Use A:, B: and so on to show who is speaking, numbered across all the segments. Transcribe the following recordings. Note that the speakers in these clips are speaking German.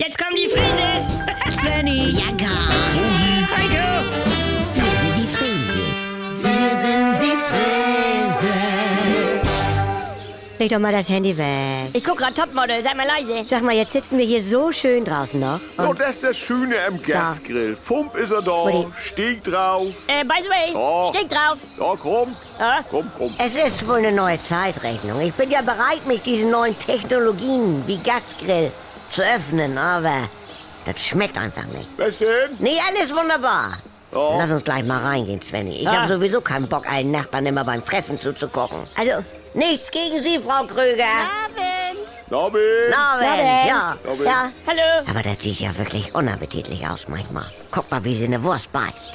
A: Jetzt kommen die Frieses!
B: Svenny.
C: Ja, gar.
A: Heiko!
C: Wir sind die Frieses. Wir sind die Frieses.
B: Leg doch mal das Handy weg.
A: Ich guck grad Topmodel, sei mal leise.
B: Sag mal, jetzt sitzen wir hier so schön draußen noch.
D: Oh, das ist das Schöne am Gasgrill. Fump ist er da,
B: Woody.
D: Steg drauf.
A: Äh, by the way,
D: Oh.
A: steht drauf.
D: Ja, komm,
A: Ja?
D: komm, komm.
B: Es ist wohl eine neue Zeitrechnung. Ich bin ja bereit, mich diesen neuen Technologien wie Gasgrill zu öffnen, aber das schmeckt einfach nicht.
D: Was denn?
B: Nee, alles wunderbar.
D: Ja.
B: Lass uns gleich mal reingehen, Svenny. Ich
A: Ah.
B: habe sowieso keinen Bock, allen Nachbarn immer beim Fressen zuzugucken. Also, nichts gegen Sie, Frau Krüger.
D: Nabel?
B: Norwin, ja.
D: Norwin.
B: ja.
A: Hallo.
B: Aber das sieht ja wirklich unappetitlich aus manchmal. Guck mal, wie sie eine Wurst beißt.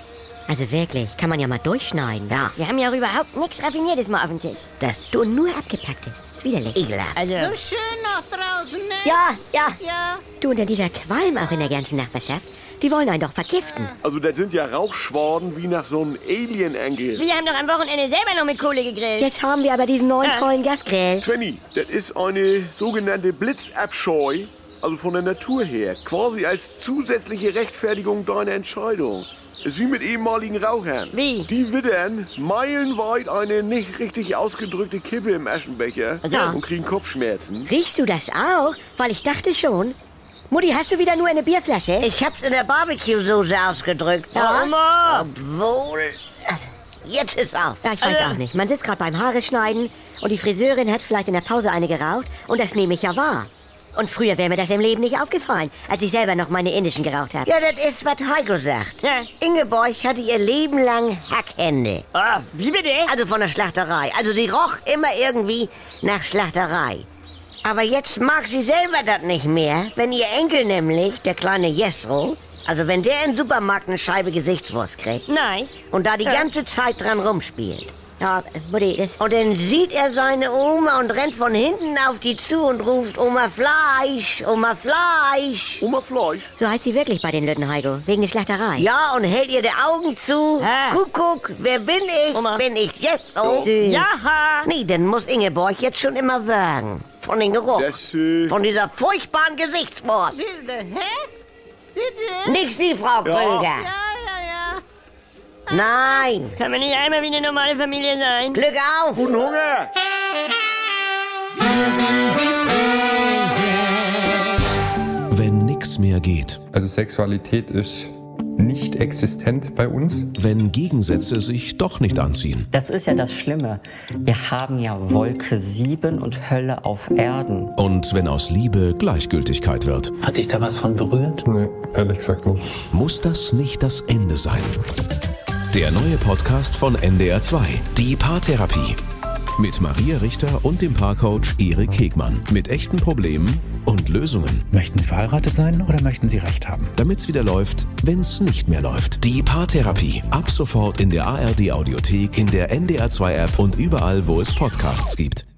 B: Also wirklich, kann man ja mal durchschneiden. Ja,
A: Wir haben ja auch überhaupt nichts Raffiniertes mal auf dem Tisch.
B: das
E: Du nur abgepacktes. Ist widerlich.
B: Ekelhaft.
A: Also,
C: So schön noch draußen, ne?
B: Ja, ja.
C: Ja.
E: Du und dann dieser Qualm auch in der ganzen Nachbarschaft. Die wollen einen doch vergiften.
D: Also, das sind ja Rauchschwaden wie nach so einem Alien-Engel.
A: wir haben doch am Wochenende selber noch mit Kohle gegrillt.
E: Jetzt haben wir aber diesen neuen
A: Ja.
E: tollen Gasgrill.
D: Svenny, das ist eine sogenannte Blitzabscheu, also von der Natur her. Quasi als zusätzliche Rechtfertigung deiner Entscheidung. Ist wie mit ehemaligen Rauchern.
A: Wie?
D: Die wittern meilenweit eine nicht richtig ausgedrückte Kippe im Aschenbecher
A: Ja.
D: und kriegen Kopfschmerzen.
E: Riechst du das auch? Weil ich dachte schon. Mutti, hast du wieder nur eine Bierflasche?
B: Ich hab's in der Barbecue-Soße ausgedrückt.
A: Ja, Oma.
B: Obwohl. also, Jetzt ist auf.
E: Ja, ich weiß
A: Äh.
E: auch nicht. Man sitzt gerade beim Haare schneiden und die Friseurin hat vielleicht in der Pause eine geraucht und das nehme ich ja wahr. Und früher wäre mir das im Leben nicht aufgefallen, als ich selber noch meine indischen geraucht habe.
B: Ja, das ist, was Heiko sagt.
A: Ja.
B: Ingeborg hatte ihr Leben lang Hackhände.
A: Oh, wie bitte?
B: Also von der Schlachterei. Also sie roch immer irgendwie nach Schlachterei. Aber jetzt mag sie selber das nicht mehr, wenn ihr Enkel nämlich, der kleine Jesro, also wenn der im Supermarkt eine Scheibe Gesichtswurst kriegt
A: Nice.
B: und da die
A: Ja.
B: ganze Zeit dran rumspielt.
E: Ja, Mutti, das,
B: Und dann sieht er seine Oma und rennt von hinten auf die zu und ruft Oma Fleisch, Oma Fleisch.
D: Oma Fleisch.
E: so heißt sie wirklich bei den Lütten, Heiko. Wegen der Schlachterei.
B: Ja, und hält ihr die Augen zu.
A: Ah.
B: Kuckuck, wer bin ich?
A: Oma.
B: Bin ich Jesro?
E: Süß.
A: Jaha.
B: Nee, dann muss Ingeborg jetzt schon immer würgen. Von dem Geruch.
D: Das, äh,
B: Von dieser furchtbaren Gesichtswurst.
C: Wilde, hä? Bitte?
B: Nicht Sie, Frau
D: Ja.
B: Kröger.
C: Ja, ja, ja.
B: Nein.
A: Kann man nicht einmal wie eine normale Familie sein?
B: Glück auf.
D: Guten Hunger!
C: Wir sind die Frieses.
F: Wenn nix mehr geht,
G: Also Sexualität ist nicht existent bei uns.
F: wenn Gegensätze sich doch nicht anziehen,
H: Das ist ja das Schlimme. Wir haben ja Wolke 7 und Hölle auf Erden.
F: und wenn aus Liebe Gleichgültigkeit wird,
I: Hat dich da was von berührt?
G: Nee, ehrlich gesagt nicht.
F: muss das nicht das Ende sein. Der neue Podcast von NDR2, die Paartherapie. Mit Maria Richter und dem Paarcoach Erik Hegmann. Mit echten Problemen und Lösungen.
I: Möchten Sie verheiratet sein oder möchten Sie Recht haben?
F: Damit's wieder läuft, wenn's nicht mehr läuft. Die Paartherapie. Ab sofort in der ARD Audiothek, in der NDR2 App und überall, wo es Podcasts gibt.